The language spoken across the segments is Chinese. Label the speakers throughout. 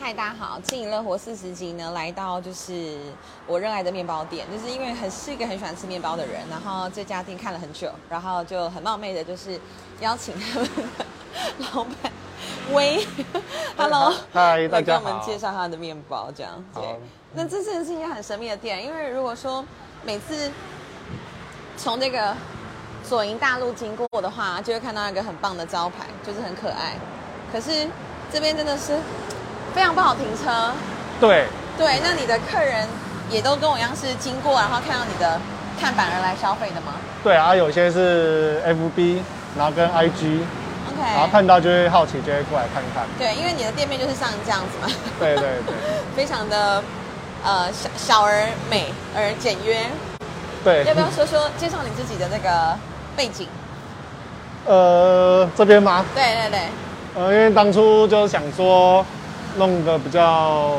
Speaker 1: 嗨，大家好！经营乐活四十集呢，来到就是我热爱的面包店，就是因为很是一个很喜欢吃面包的人，然后这家店看了很久，然后就很冒昧的，就是邀请他们 的老板威 ，Hello，
Speaker 2: 嗨，
Speaker 1: 来
Speaker 2: 大
Speaker 1: 给
Speaker 2: 家
Speaker 1: 我
Speaker 2: 好。
Speaker 1: 们介绍他的面包，这样对
Speaker 2: 好。
Speaker 1: 那这真的是一家很神秘的店，因为如果说每次从这个左营大路经过的话，就会看到一个很棒的招牌，就是很可爱。可是这边真的是非常不好停车。
Speaker 2: 对，
Speaker 1: 对，那你的客人也都跟我一样是经过，然后看到你的看板而来消费的吗
Speaker 2: 对啊，有些是 FB，然后跟 IG，
Speaker 1: ？OK。
Speaker 2: 然后看到就会好奇，就会过来看看。
Speaker 1: 对，因为你的店面就是像这样子嘛。
Speaker 2: 对对对
Speaker 1: 非常的呃小小而美而简约。
Speaker 2: 对。
Speaker 1: 要不要说说介绍你自己的那个背景？
Speaker 2: 呃，这边吗？
Speaker 1: 对对对，
Speaker 2: 呃，因为当初就想说弄个比较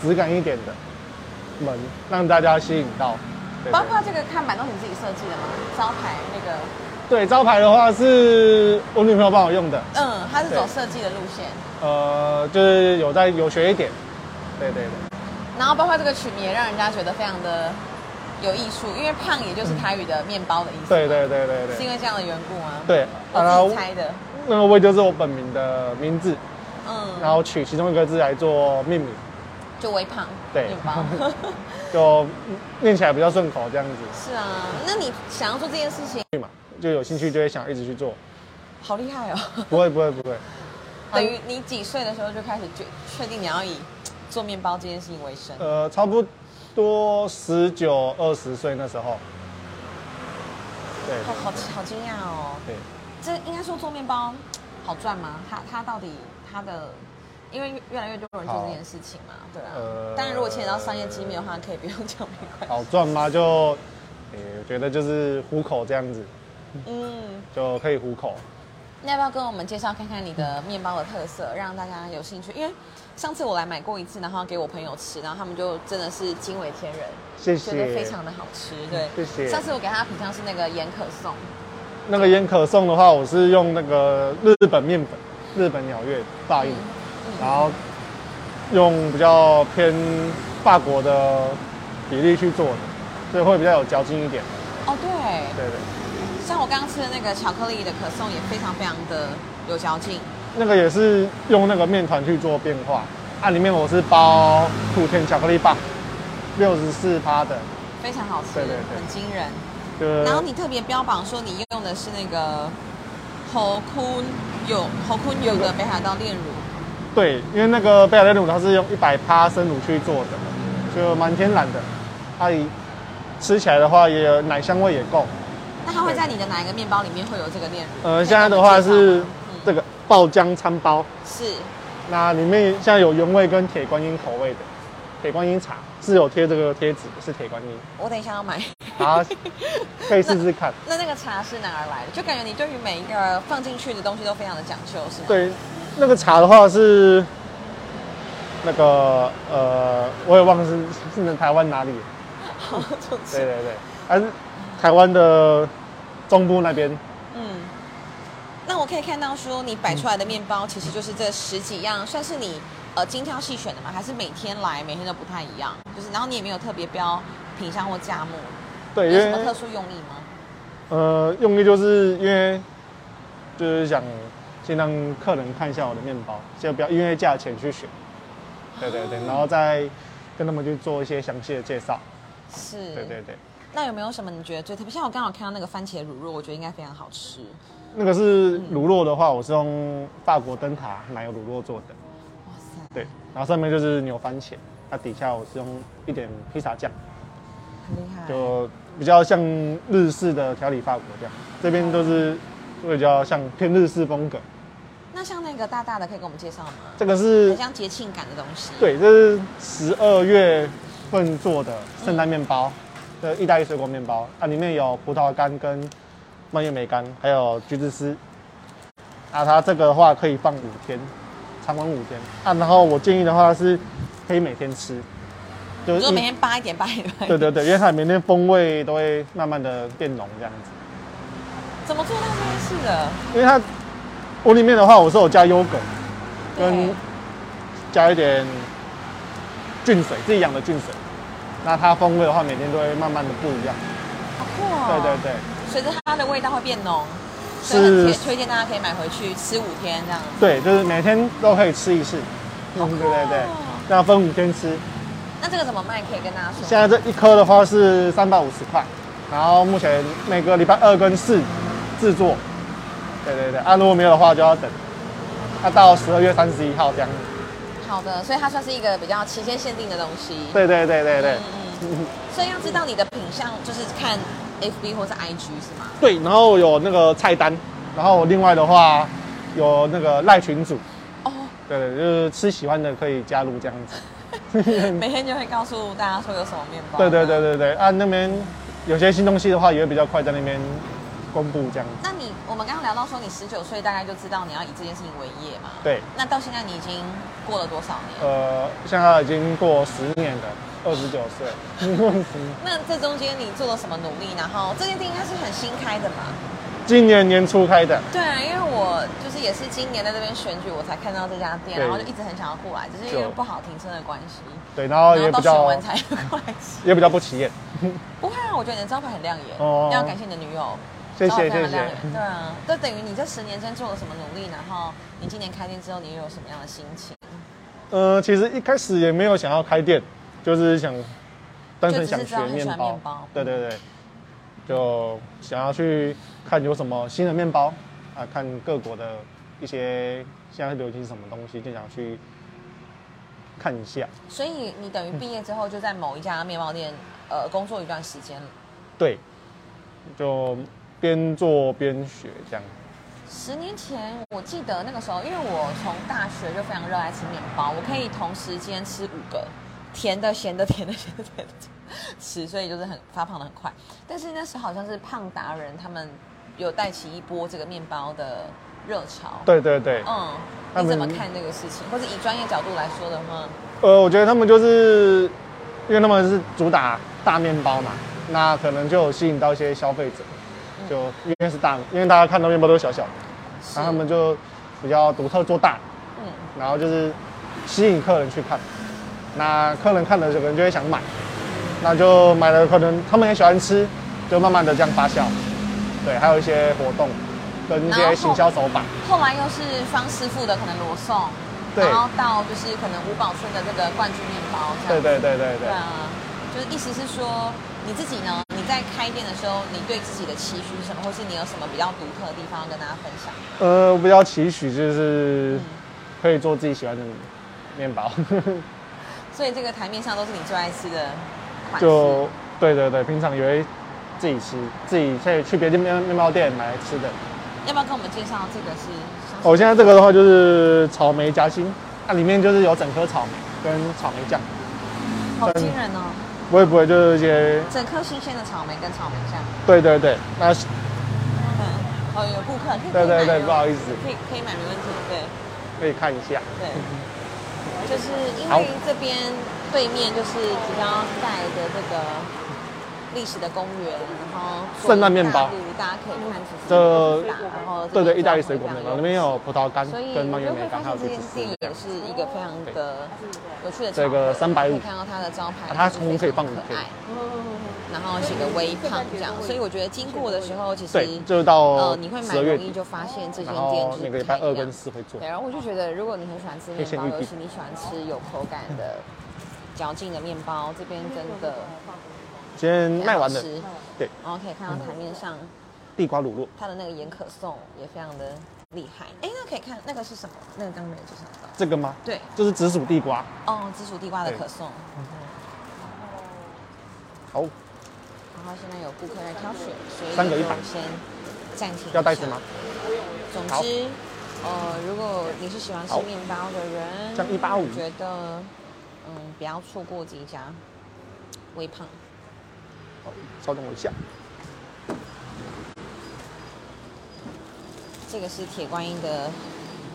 Speaker 2: 质感一点的门，让大家吸引到。对
Speaker 1: 包
Speaker 2: 对
Speaker 1: 括这个看板都是你自己设计的吗？招牌那个，
Speaker 2: 对招牌的话，是我女朋友帮我用的。
Speaker 1: 嗯，它是走
Speaker 2: 对
Speaker 1: 设计的路线，
Speaker 2: 呃，就是有在有学一点。对对对。
Speaker 1: 然后包括这个曲名也让人家觉得非常的有艺术，因为胖也就是台语的面包的意思，
Speaker 2: 对，对对对
Speaker 1: 是因
Speaker 2: 对。
Speaker 1: 为这样的缘故吗？，
Speaker 2: 对，
Speaker 1: 我
Speaker 2: 然
Speaker 1: 自
Speaker 2: 后
Speaker 1: 己猜的，
Speaker 2: 那个“魏”就是我本名的名字，
Speaker 1: 嗯，
Speaker 2: 然后取其中一个字来做命名，
Speaker 1: 就微胖
Speaker 2: 对
Speaker 1: 面 包，
Speaker 2: 就念起来比较顺口这样子
Speaker 1: 是啊，那你想要做这件事情，
Speaker 2: 嘛，就有兴趣就会想一直去做。
Speaker 1: 好厉害哦。
Speaker 2: 不会不会不会，
Speaker 1: 等于你几岁的时候就开始确确定你要以做面包这件事情为生？
Speaker 2: 呃，差不多十九二十岁那时候，对
Speaker 1: 好好好惊讶哦！
Speaker 2: 对，
Speaker 1: 这应该说做面包好赚吗？它它到底它的，因为越来越多人做这件事情嘛，对啊。
Speaker 2: 呃
Speaker 1: 当然，如果牵扯到商业机密的话，可以不用讲，没关系。
Speaker 2: 好赚吗？就，呃，我觉得就是糊口这样子
Speaker 1: 嗯，
Speaker 2: 就可以糊口。
Speaker 1: 那要不要跟我们介绍看看你的面包的特色，让大家有兴趣？因为上次我来买过一次，然后给我朋友吃，然后他们就真的是惊为天人，
Speaker 2: 谢
Speaker 1: 觉得非
Speaker 2: 谢。
Speaker 1: 常的好吃。对，
Speaker 2: 谢谢
Speaker 1: 上次我给他品尝是那个盐可颂。
Speaker 2: 那个烟可颂的话，我是用那个日本面粉，日本鸟月大印。然后用比较偏法国的比例去做的，所以会比较有嚼劲一点。
Speaker 1: 哦，对，
Speaker 2: 对对，
Speaker 1: 像我刚刚吃的那个巧克力的可颂也非常非常的有嚼劲。
Speaker 2: 那个也是用那个面团去做变化。啊，里面我是包土甜巧克力棒，六十四趴的，
Speaker 1: 非常好吃，
Speaker 2: 对对对
Speaker 1: 很惊人。
Speaker 2: 就是
Speaker 1: 然后你特别标榜说你用的是那个侯坤有侯坤有的北海道炼乳，
Speaker 2: 对，因为那个贝尔雷乳它是用一百趴生乳去做的，就蛮天然的。它、也吃起来的话，也有奶香味也够。
Speaker 1: 那它会在你的哪一个面包里面会有这个炼乳？
Speaker 2: 呃，现在的话是
Speaker 1: 这
Speaker 2: 这
Speaker 1: 个
Speaker 2: 个爆浆餐包。
Speaker 1: 是
Speaker 2: 那里面现在有原味跟铁观音口味的，铁观音茶是有贴这个贴纸，是铁观音，
Speaker 1: 我等一下要买。
Speaker 2: 好，可以试试看。
Speaker 1: 那那个茶是哪儿来的？就感觉你对于每一个放进去的东西都非常的讲究，是吗？，
Speaker 2: 对，那个茶的话是那个呃，我也忘了是是那台湾哪里，
Speaker 1: 好，就是
Speaker 2: 对对对，还是台湾的中部那边，
Speaker 1: 嗯，那我可以看到说，你摆出来的面包其实就是这十几样，算是你呃精挑细选的吗？还是每天来每天都不太一样？就是然后你也没有特别标品相或价目，
Speaker 2: 对，因
Speaker 1: 有什么
Speaker 2: 为
Speaker 1: 特殊用意吗？
Speaker 2: 呃，用意就是因为就是想先让客人看一下我的面包，就不要因为价钱去选。对对对，然后再跟他们去做一些详细的介绍。
Speaker 1: 是，
Speaker 2: 对对。对，
Speaker 1: 那有没有什么你觉得最特别？像我刚好看到那个番茄乳酪，我觉得应该非常好吃。
Speaker 2: 那个是乳酪的话，我是用法国灯塔奶油乳酪做的，
Speaker 1: 哇塞，
Speaker 2: 对，然后上面就是牛番茄，那底下我是用一点披萨酱，
Speaker 1: 很厉害。
Speaker 2: 就比较像日式的调理法国这样，这边都是会比较像偏日式风格。
Speaker 1: 那像那个大大的，可以给我们介绍吗？
Speaker 2: 这个是
Speaker 1: 很像节庆感的东西。
Speaker 2: 对，这是十二月份做的圣诞面包，的意大利水果面包，它里面有葡萄干跟蔓越莓干，还有橘子丝。啊，它这个的话可以放五天，常温五天。啊，然后我建议的话是可以每天吃，就
Speaker 1: 你说
Speaker 2: 一
Speaker 1: 每天扒一点扒一点扒一
Speaker 2: 对
Speaker 1: 点，
Speaker 2: 对对，因为它每天风味都会慢慢的变浓这样子。
Speaker 1: 怎么做到这件事的？
Speaker 2: 因为它我里面的话，我是有加优格
Speaker 1: 对
Speaker 2: 跟加一点菌水，自己养的菌水。那它风味的话，每天都会慢慢的不一样。
Speaker 1: 好酷哦！
Speaker 2: 对对对，
Speaker 1: 随着它的味道会变浓，所以很
Speaker 2: 是
Speaker 1: 推推荐大家可以买回去吃五天这样。
Speaker 2: 对，就是每天都可以吃一次。
Speaker 1: 好
Speaker 2: 嗯，
Speaker 1: 酷
Speaker 2: 对对对
Speaker 1: 哦。
Speaker 2: 那分五天吃，
Speaker 1: 那这个怎么卖？可以跟大家说吗。
Speaker 2: 现在这一颗的话是三百五十块，然后目前每个礼拜二跟四制作。对对对，啊，如果没有的话就要等，那、到十二月三十一号这样。
Speaker 1: 好的，所以它算是一个比较期间限定的东西。
Speaker 2: 对对对对对
Speaker 1: 嗯，嗯嗯所以要知道你的品相，就是看 FB 或是 IG 是吗？
Speaker 2: 对，然后有那个菜单，然后另外的话有那个赖群组，
Speaker 1: 哦，
Speaker 2: 对对，就是吃喜欢的可以加入这样子。
Speaker 1: 每天就会告诉大家说有什么面包。
Speaker 2: 对对对。对对，啊那边有些新东西的话也会比较快在那边公布这样子。
Speaker 1: 那你我们刚刚聊到说你十九岁大概就知道你要以这件事情为业嘛？。
Speaker 2: 对，
Speaker 1: 那到现在你已经过了多少年？
Speaker 2: 呃，现在已经过十年了，二十九岁，
Speaker 1: 那这中间你做了什么努力？然后这间店应该是很新开的嘛？
Speaker 2: 今年年初开的。
Speaker 1: 对，啊因为我就是也是今年在这边选举，我才看到这家店，
Speaker 2: 对
Speaker 1: 然后就一直很想要过来，只是因为
Speaker 2: 就
Speaker 1: 不好停车的关系，
Speaker 2: 对，然后
Speaker 1: 然后
Speaker 2: 也
Speaker 1: 到
Speaker 2: 比
Speaker 1: 选
Speaker 2: 较
Speaker 1: 完才过来吃。
Speaker 2: 也比较不起眼，
Speaker 1: 不会啊，我觉得你的招牌很亮眼，
Speaker 2: 哦
Speaker 1: 要感谢你的女友，
Speaker 2: 谢
Speaker 1: 招牌
Speaker 2: 谢
Speaker 1: 非
Speaker 2: 谢
Speaker 1: 常亮
Speaker 2: 谢
Speaker 1: 眼。。对啊，这等于你这十年间做了什么努力，然后你今年开店之后，你又有什么样的心情？
Speaker 2: 呃，其实一开始也没有想要开店，就是想单纯想学
Speaker 1: 就只是知道很喜
Speaker 2: 面
Speaker 1: 欢
Speaker 2: 包，
Speaker 1: 面包嗯
Speaker 2: 对对对，就想要去看有什么新的面包啊，看各国的一些现在流行什么东西，就想去看一下。
Speaker 1: 所以你等于毕业之后就在某一家面包店呃工作一段时间了，
Speaker 2: 对，就边做边学这样。
Speaker 1: 十年前，我记得那个时候，因为我从大学就非常热爱吃面包，我可以同时间吃五个，甜的、咸的、甜的、咸的、甜的吃，所以就是很发胖的很快。但是那时候好像是胖达人他们有带起一波这个面包的热潮。，
Speaker 2: 对对对，
Speaker 1: 嗯，
Speaker 2: 他
Speaker 1: 你怎
Speaker 2: 们
Speaker 1: 么看这个事情？或者以专业角度来说的话，
Speaker 2: 呃，我觉得他们就是因为他们是主打大面包嘛，那可能就有吸引到一些消费者，
Speaker 1: 嗯
Speaker 2: 就因为是大，因为大家看到面包都是小小的，
Speaker 1: 是
Speaker 2: 然后他们就比较独特做大，
Speaker 1: 嗯，
Speaker 2: 然后就是吸引客人去看，那客人看了可能就会想买，那就买了可能他们也喜欢吃，就慢慢的这样发酵，对，还有一些活动跟一
Speaker 1: 然后
Speaker 2: 些行销手法，
Speaker 1: 后来又是方师傅的可能罗宋，
Speaker 2: 对
Speaker 1: 然后到就是可能吴宝春的这个冠军面包，这
Speaker 2: 对
Speaker 1: 样。
Speaker 2: 对对对
Speaker 1: 对
Speaker 2: 对。
Speaker 1: 啊，就是意思是说你自己呢，你在开店的时候，你对自己的期许是什么，或是你有什么比较独特的地方要跟大家分享？
Speaker 2: 呃，我比较期许就是可以做自己喜欢的 面包，
Speaker 1: 所以这个台面上都是你最爱吃的款式。
Speaker 2: 就对对对，平常也会自己吃，自己可以去别的面面包店买来吃的。
Speaker 1: 要不要跟我们介绍这个是像是？
Speaker 2: 我、现在这个的话就是草莓夹心，它、里面就是有整颗草莓跟草莓酱，
Speaker 1: 好惊人哦！
Speaker 2: 不会不会就是一些
Speaker 1: 整颗新鲜的草莓跟草莓酱。
Speaker 2: 对对对，那
Speaker 1: 嗯，哦，有顾客可以
Speaker 2: 对对
Speaker 1: 可以买没问
Speaker 2: 对
Speaker 1: 题哦
Speaker 2: 不好意思
Speaker 1: 可以可以买没问题，对
Speaker 2: 可以看一下。
Speaker 1: 对。就是因
Speaker 2: 嗯好
Speaker 1: 为这边对面就是比较盖的这个历史的公园，然后左
Speaker 2: 圣诞面包
Speaker 1: 大路大家可以看其实
Speaker 2: 这
Speaker 1: 很大然后
Speaker 2: 对对，意大利
Speaker 1: 利
Speaker 2: 水果面包，里面有葡萄干
Speaker 1: 所以
Speaker 2: 跟
Speaker 1: 我
Speaker 2: 蔓越
Speaker 1: 就
Speaker 2: 莓
Speaker 1: 会
Speaker 2: 干，
Speaker 1: 发
Speaker 2: 还有
Speaker 1: 现
Speaker 2: 橘
Speaker 1: 这间
Speaker 2: 子丝
Speaker 1: 店
Speaker 2: 这
Speaker 1: 也
Speaker 2: 样。
Speaker 1: 是一个非常的有趣的
Speaker 2: 这个
Speaker 1: 场合
Speaker 2: 350
Speaker 1: 可以看到它的招牌，
Speaker 2: 啊它从可以放
Speaker 1: 可
Speaker 2: 五片
Speaker 1: 爱，然后写个微胖这样，所以我觉得经过的时候其
Speaker 2: 对
Speaker 1: 实，
Speaker 2: 就是到
Speaker 1: 呃你会蛮
Speaker 2: 十二月
Speaker 1: 容易
Speaker 2: 底，
Speaker 1: 就发现这间
Speaker 2: 然
Speaker 1: 店
Speaker 2: 后
Speaker 1: 就是
Speaker 2: 每个礼
Speaker 1: 不太
Speaker 2: 拜
Speaker 1: 一
Speaker 2: 二跟
Speaker 1: 样
Speaker 2: 四会做
Speaker 1: 对，。然后我就觉得，如果你很喜欢吃面
Speaker 2: 黑线
Speaker 1: 包，
Speaker 2: 玉饼
Speaker 1: 尤其你喜欢吃有口感的、嚼劲的面包，这边真的
Speaker 2: 今天
Speaker 1: 很好
Speaker 2: 嗯卖完了
Speaker 1: 吃
Speaker 2: 对，嗯
Speaker 1: 然后可以看到台面上
Speaker 2: 地瓜乳酪。
Speaker 1: 它的那个盐可颂也非常的厉害。哎，那可以看那个是什么？那个刚没有介绍到。
Speaker 2: 这个吗？
Speaker 1: 对，
Speaker 2: 就是紫薯地瓜。
Speaker 1: 哦，紫薯地瓜的
Speaker 2: 对
Speaker 1: 可颂。
Speaker 2: 好，
Speaker 1: 然后现在有顾客在挑选，所以
Speaker 2: 三个一
Speaker 1: 就
Speaker 2: 盘
Speaker 1: 先暂停。
Speaker 2: 要袋子吗？？
Speaker 1: 总
Speaker 2: 好
Speaker 1: 之，呃，如果你是喜欢吃
Speaker 2: 好
Speaker 1: 面包的人，
Speaker 2: 这样185
Speaker 1: 我觉得，嗯，不要错过这一家微胖。
Speaker 2: 稍等我一下。
Speaker 1: 这个是铁观音的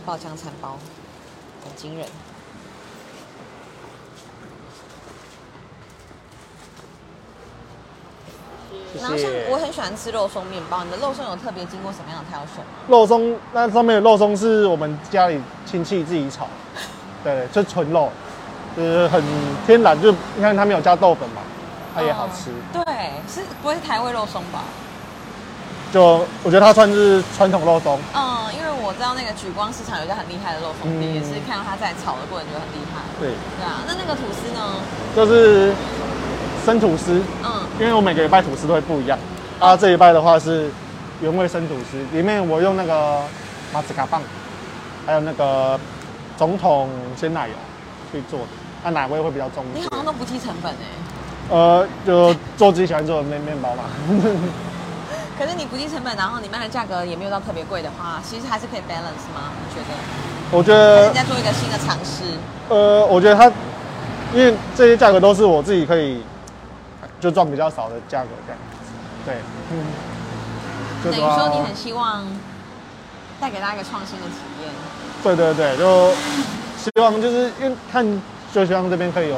Speaker 1: 爆浆餐包，很惊人。然后
Speaker 2: 谢
Speaker 1: 像我
Speaker 2: 谢。
Speaker 1: 很喜欢吃肉松面包，你的肉松有特别经过什么样的挑选吗？
Speaker 2: 肉松，那上面的肉松是我们家里亲戚自己炒，对，就纯肉，就是很天然，就你看它没有加豆粉嘛，它也好吃。
Speaker 1: 对，是不会是台味肉松吧？
Speaker 2: 就我觉得它算是传统肉松，
Speaker 1: 嗯，因为我知道那个举光市场有一家很厉害的肉松店，
Speaker 2: 嗯
Speaker 1: 也是看到他在炒的过程就很厉害。
Speaker 2: 对，
Speaker 1: 对啊，那那个吐司呢？
Speaker 2: 就是生吐司，
Speaker 1: 嗯，
Speaker 2: 因为我每个礼拜吐司都会不一样。啊，这礼拜的话是原味生吐司，里面我用那个马斯卡棒，还有那个总统鲜奶油去做的。那、奶味会比较重一
Speaker 1: 你
Speaker 2: 些
Speaker 1: 好。像都不计成本哎、
Speaker 2: 呃，就做自己喜欢做的面面包嘛。
Speaker 1: 可是你不计成本，然后你卖的价格也没有到特别贵的话，其实还是可以 balance 吗？你觉得？
Speaker 2: 我觉
Speaker 1: 还是
Speaker 2: 得
Speaker 1: 你，在做一个新的尝试？
Speaker 2: 呃，我觉得它，因为这些价格都是我自己可以就赚比较少的价格这样。对，嗯。就
Speaker 1: 等于
Speaker 2: 主要
Speaker 1: 说你很希望带给大家一个创新的体验。
Speaker 2: 对对对，就希望就是因为看，就希望这边可以有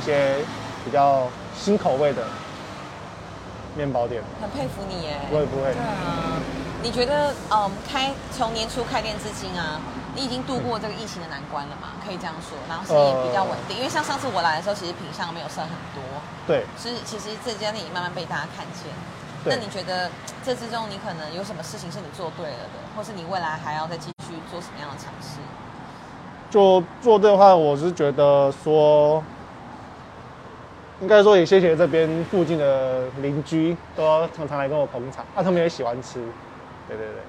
Speaker 2: 一些比较新口味的面包店。
Speaker 1: 很佩服你耶！
Speaker 2: 不会不会
Speaker 1: 对啊，你觉得嗯，开从年初开店至今啊，你已经度过这个疫情的难关了嘛？可以这样说，然后生意也比较稳定，因为像上次我来的时候，其实品相没有剩很多，
Speaker 2: 对，
Speaker 1: 是其实这家店也慢慢被大家看见。那
Speaker 2: 对
Speaker 1: 你觉得这之中，你可能有什么事情是你做对了的，或是你未来还要再继续做什么样的尝试？
Speaker 2: 就做这的话，我是觉得说，应该说也谢谢这边附近的邻居，都常常来跟我捧场，啊，他们也喜欢吃。对对对，啊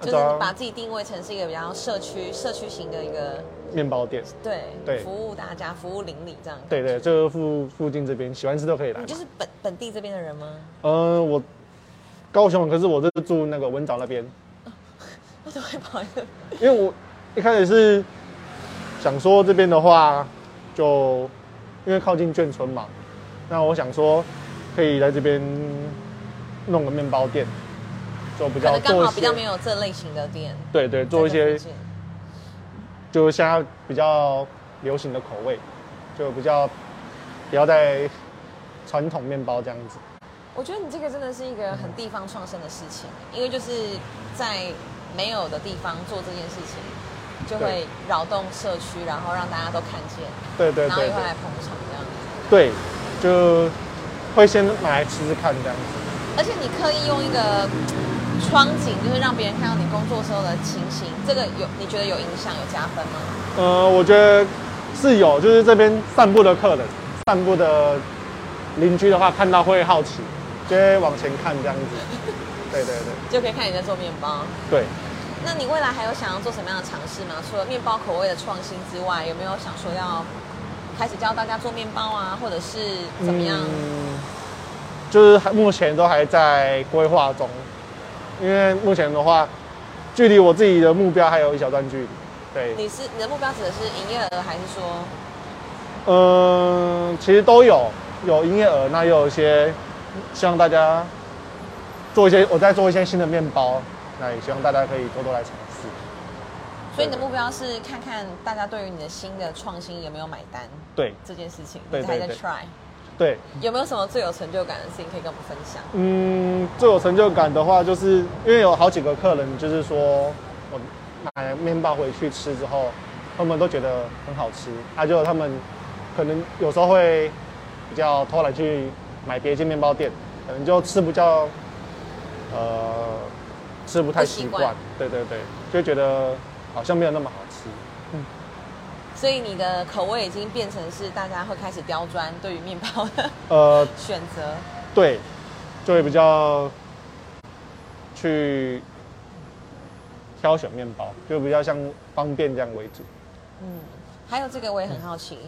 Speaker 1: 就
Speaker 2: 主
Speaker 1: 是
Speaker 2: 要
Speaker 1: 你把自己定位成是一个比较社区、社区型的一个
Speaker 2: 面包店。
Speaker 1: 对
Speaker 2: 对
Speaker 1: 服务大家、服务邻里这样。
Speaker 2: 对对，就是附附近这边喜欢吃都可以来
Speaker 1: 你。就是本本地这边的人吗？
Speaker 2: 嗯，我高雄，可是我是住那个文藻那边。
Speaker 1: 我怎么会跑一个？
Speaker 2: 因为我一开始是想说这边的话，就因为靠近眷村嘛，那我想说可以来这边弄个面包店，就比
Speaker 1: 可
Speaker 2: 较
Speaker 1: 能刚
Speaker 2: 做一
Speaker 1: 好比较没
Speaker 2: 些，
Speaker 1: 有这类型的店，
Speaker 2: 对对，做一些
Speaker 1: 这个附近
Speaker 2: 就现在比较流行的口味，就比较不要再传统面包这样子。
Speaker 1: 我觉得你这个真的是一个很地方创生的事情，因为就是在没有的地方做这件事情，就会
Speaker 2: 对
Speaker 1: 扰动社区，然后让大家都看见，
Speaker 2: 对对
Speaker 1: 然后
Speaker 2: 对
Speaker 1: 也会来捧场这样。
Speaker 2: 对，对，就会先买来吃吃看这样子。
Speaker 1: 而且你刻意用一个窗景，就是让别人看到你工作时候的情形，这个有你觉得有影响有加分吗？
Speaker 2: 呃，我觉得是有，就是这边散步的客人、散步的邻居的话，看到会好奇，就会往前看这 样子。对对对
Speaker 1: 就可以看你在做面包。
Speaker 2: 对，
Speaker 1: 那你未来还有想要做什么样的尝试吗？除了面包口味的创新之外，有没有想说要开始教大家做面包啊，或者是怎么样？
Speaker 2: 嗯就是还目前都还在规划中，因为目前的话，距离我自己的目标还有一小段距离。对，
Speaker 1: 你是你的目标指的是营业额，还是说
Speaker 2: 嗯，其实都有，有营业额，那也有一些希望大家做一些，我在做一些新的面包，那也希望大家可以多多来尝试。
Speaker 1: 所以你的目标是看看大家对于你的新的创新有没有买单
Speaker 2: 对
Speaker 1: 这件事情？
Speaker 2: 对
Speaker 1: 你还在
Speaker 2: 对对
Speaker 1: try，
Speaker 2: 对，
Speaker 1: 有没有什么最有成就感的事情可以跟我们分享？
Speaker 2: 嗯，最有成就感的话，就是因为有好几个客人，就是说我买面包回去吃之后，他们都觉得很好吃，啊，就他们可能有时候会比较偷懒去买别间面包店，可能就吃不较，呃，吃不太
Speaker 1: 不习
Speaker 2: 习
Speaker 1: 惯
Speaker 2: 惯，对对对，就觉得好像没有那么好吃，
Speaker 1: 所以你的口味已经变成是大家会开始刁钻对于面包的
Speaker 2: 呃，
Speaker 1: 选择。
Speaker 2: 对，就会比较去挑选面包，就比较像方便这样为主。
Speaker 1: 嗯，还有这个我也很好奇，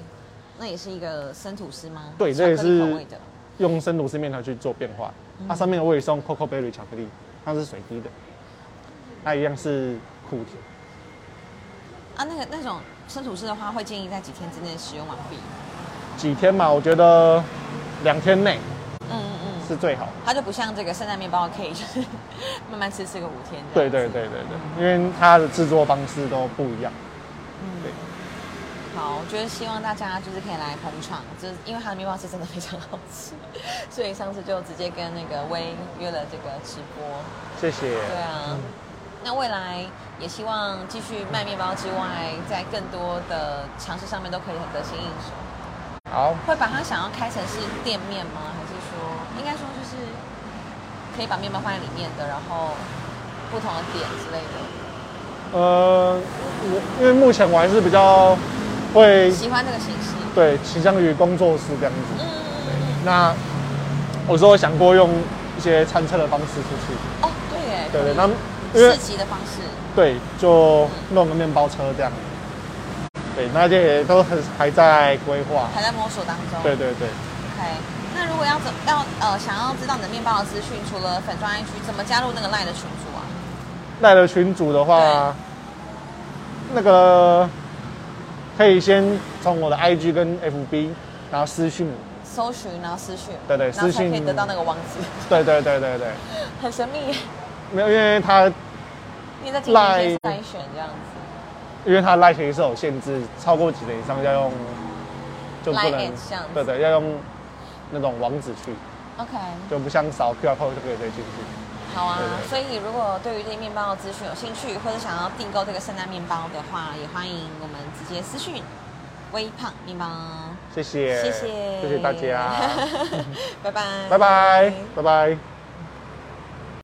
Speaker 1: 那也是一个生吐司吗？
Speaker 2: 嗯对
Speaker 1: 巧克力
Speaker 2: 这也是
Speaker 1: 口味的。
Speaker 2: 用生吐司面团去做变化，
Speaker 1: 嗯
Speaker 2: 它、上面我也是用 Coco Berry 巧克力，它是水滴的，它一样是苦甜。
Speaker 1: 啊，那个那种生吐司的话，会建议在几天之内使用完毕。
Speaker 2: 几天嘛，我觉得两天内
Speaker 1: 嗯嗯嗯，
Speaker 2: 是最好的。
Speaker 1: 它就不像这个圣诞面包可以就是慢慢吃吃个五天这
Speaker 2: 对
Speaker 1: 样子。
Speaker 2: 对对对对，因为它的制作方式都不一样。
Speaker 1: 好，我觉得希望大家就是可以来捧场，就是因为它的面包是真的非常好吃， 所以上次就直接跟那个薇约了这个直播。
Speaker 2: 谢谢，
Speaker 1: 对啊，那未来也希望继续卖面包之外，在更多的尝试上面都可以很得心应手。
Speaker 2: 好，
Speaker 1: 会把它想要开成是店面吗？还是说，应该说就是可以把面包放在里面的，然后不同的点之类的。
Speaker 2: 呃，我因为目前我还是比较会
Speaker 1: 喜欢这个形式。
Speaker 2: 对倾向于工作室这样子。
Speaker 1: 嗯，
Speaker 2: 那我说我想过用一些餐车的方式出去，
Speaker 1: 哦，对耶，
Speaker 2: 对对，
Speaker 1: 可
Speaker 2: 那
Speaker 1: 以
Speaker 2: 因为
Speaker 1: 市集的方式，
Speaker 2: 对就弄个面包车这样，对，那这也都很还在规划，
Speaker 1: 还在摸索当中。
Speaker 2: 对对对，
Speaker 1: OK，那如果要怎要呃想要知道你的面包的资讯，除了粉砖 IG，怎么加入那个赖的群组啊？
Speaker 2: 赖的群主的话，那个可以先从我的 IG 跟 FB，然后私讯我，
Speaker 1: 搜寻然后私讯，
Speaker 2: 对对
Speaker 1: 然后
Speaker 2: 私
Speaker 1: 才
Speaker 2: 讯
Speaker 1: 可以得到那个网址，
Speaker 2: 对对对对对，
Speaker 1: 很神秘耶，
Speaker 2: 没有，因为他
Speaker 1: 你在进行一些
Speaker 2: 赖
Speaker 1: 筛选这样子，
Speaker 2: 因为它 like 其实是有限制，超过几点以上要用，就不
Speaker 1: Line
Speaker 2: 能
Speaker 1: it 这样子
Speaker 2: 对对，要用那种网址去，
Speaker 1: ，OK，
Speaker 2: 就不像扫 QR code 就可以直接进去。
Speaker 1: 好啊
Speaker 2: 对对对
Speaker 1: 所以如果对于这些面包的资讯有兴趣，或者想要订购这个圣诞面包的话，也欢迎我们直接私讯微胖面包，
Speaker 2: 谢谢，
Speaker 1: 谢谢， ，
Speaker 2: 谢谢大家，
Speaker 1: 拜拜，
Speaker 2: 拜拜，拜拜。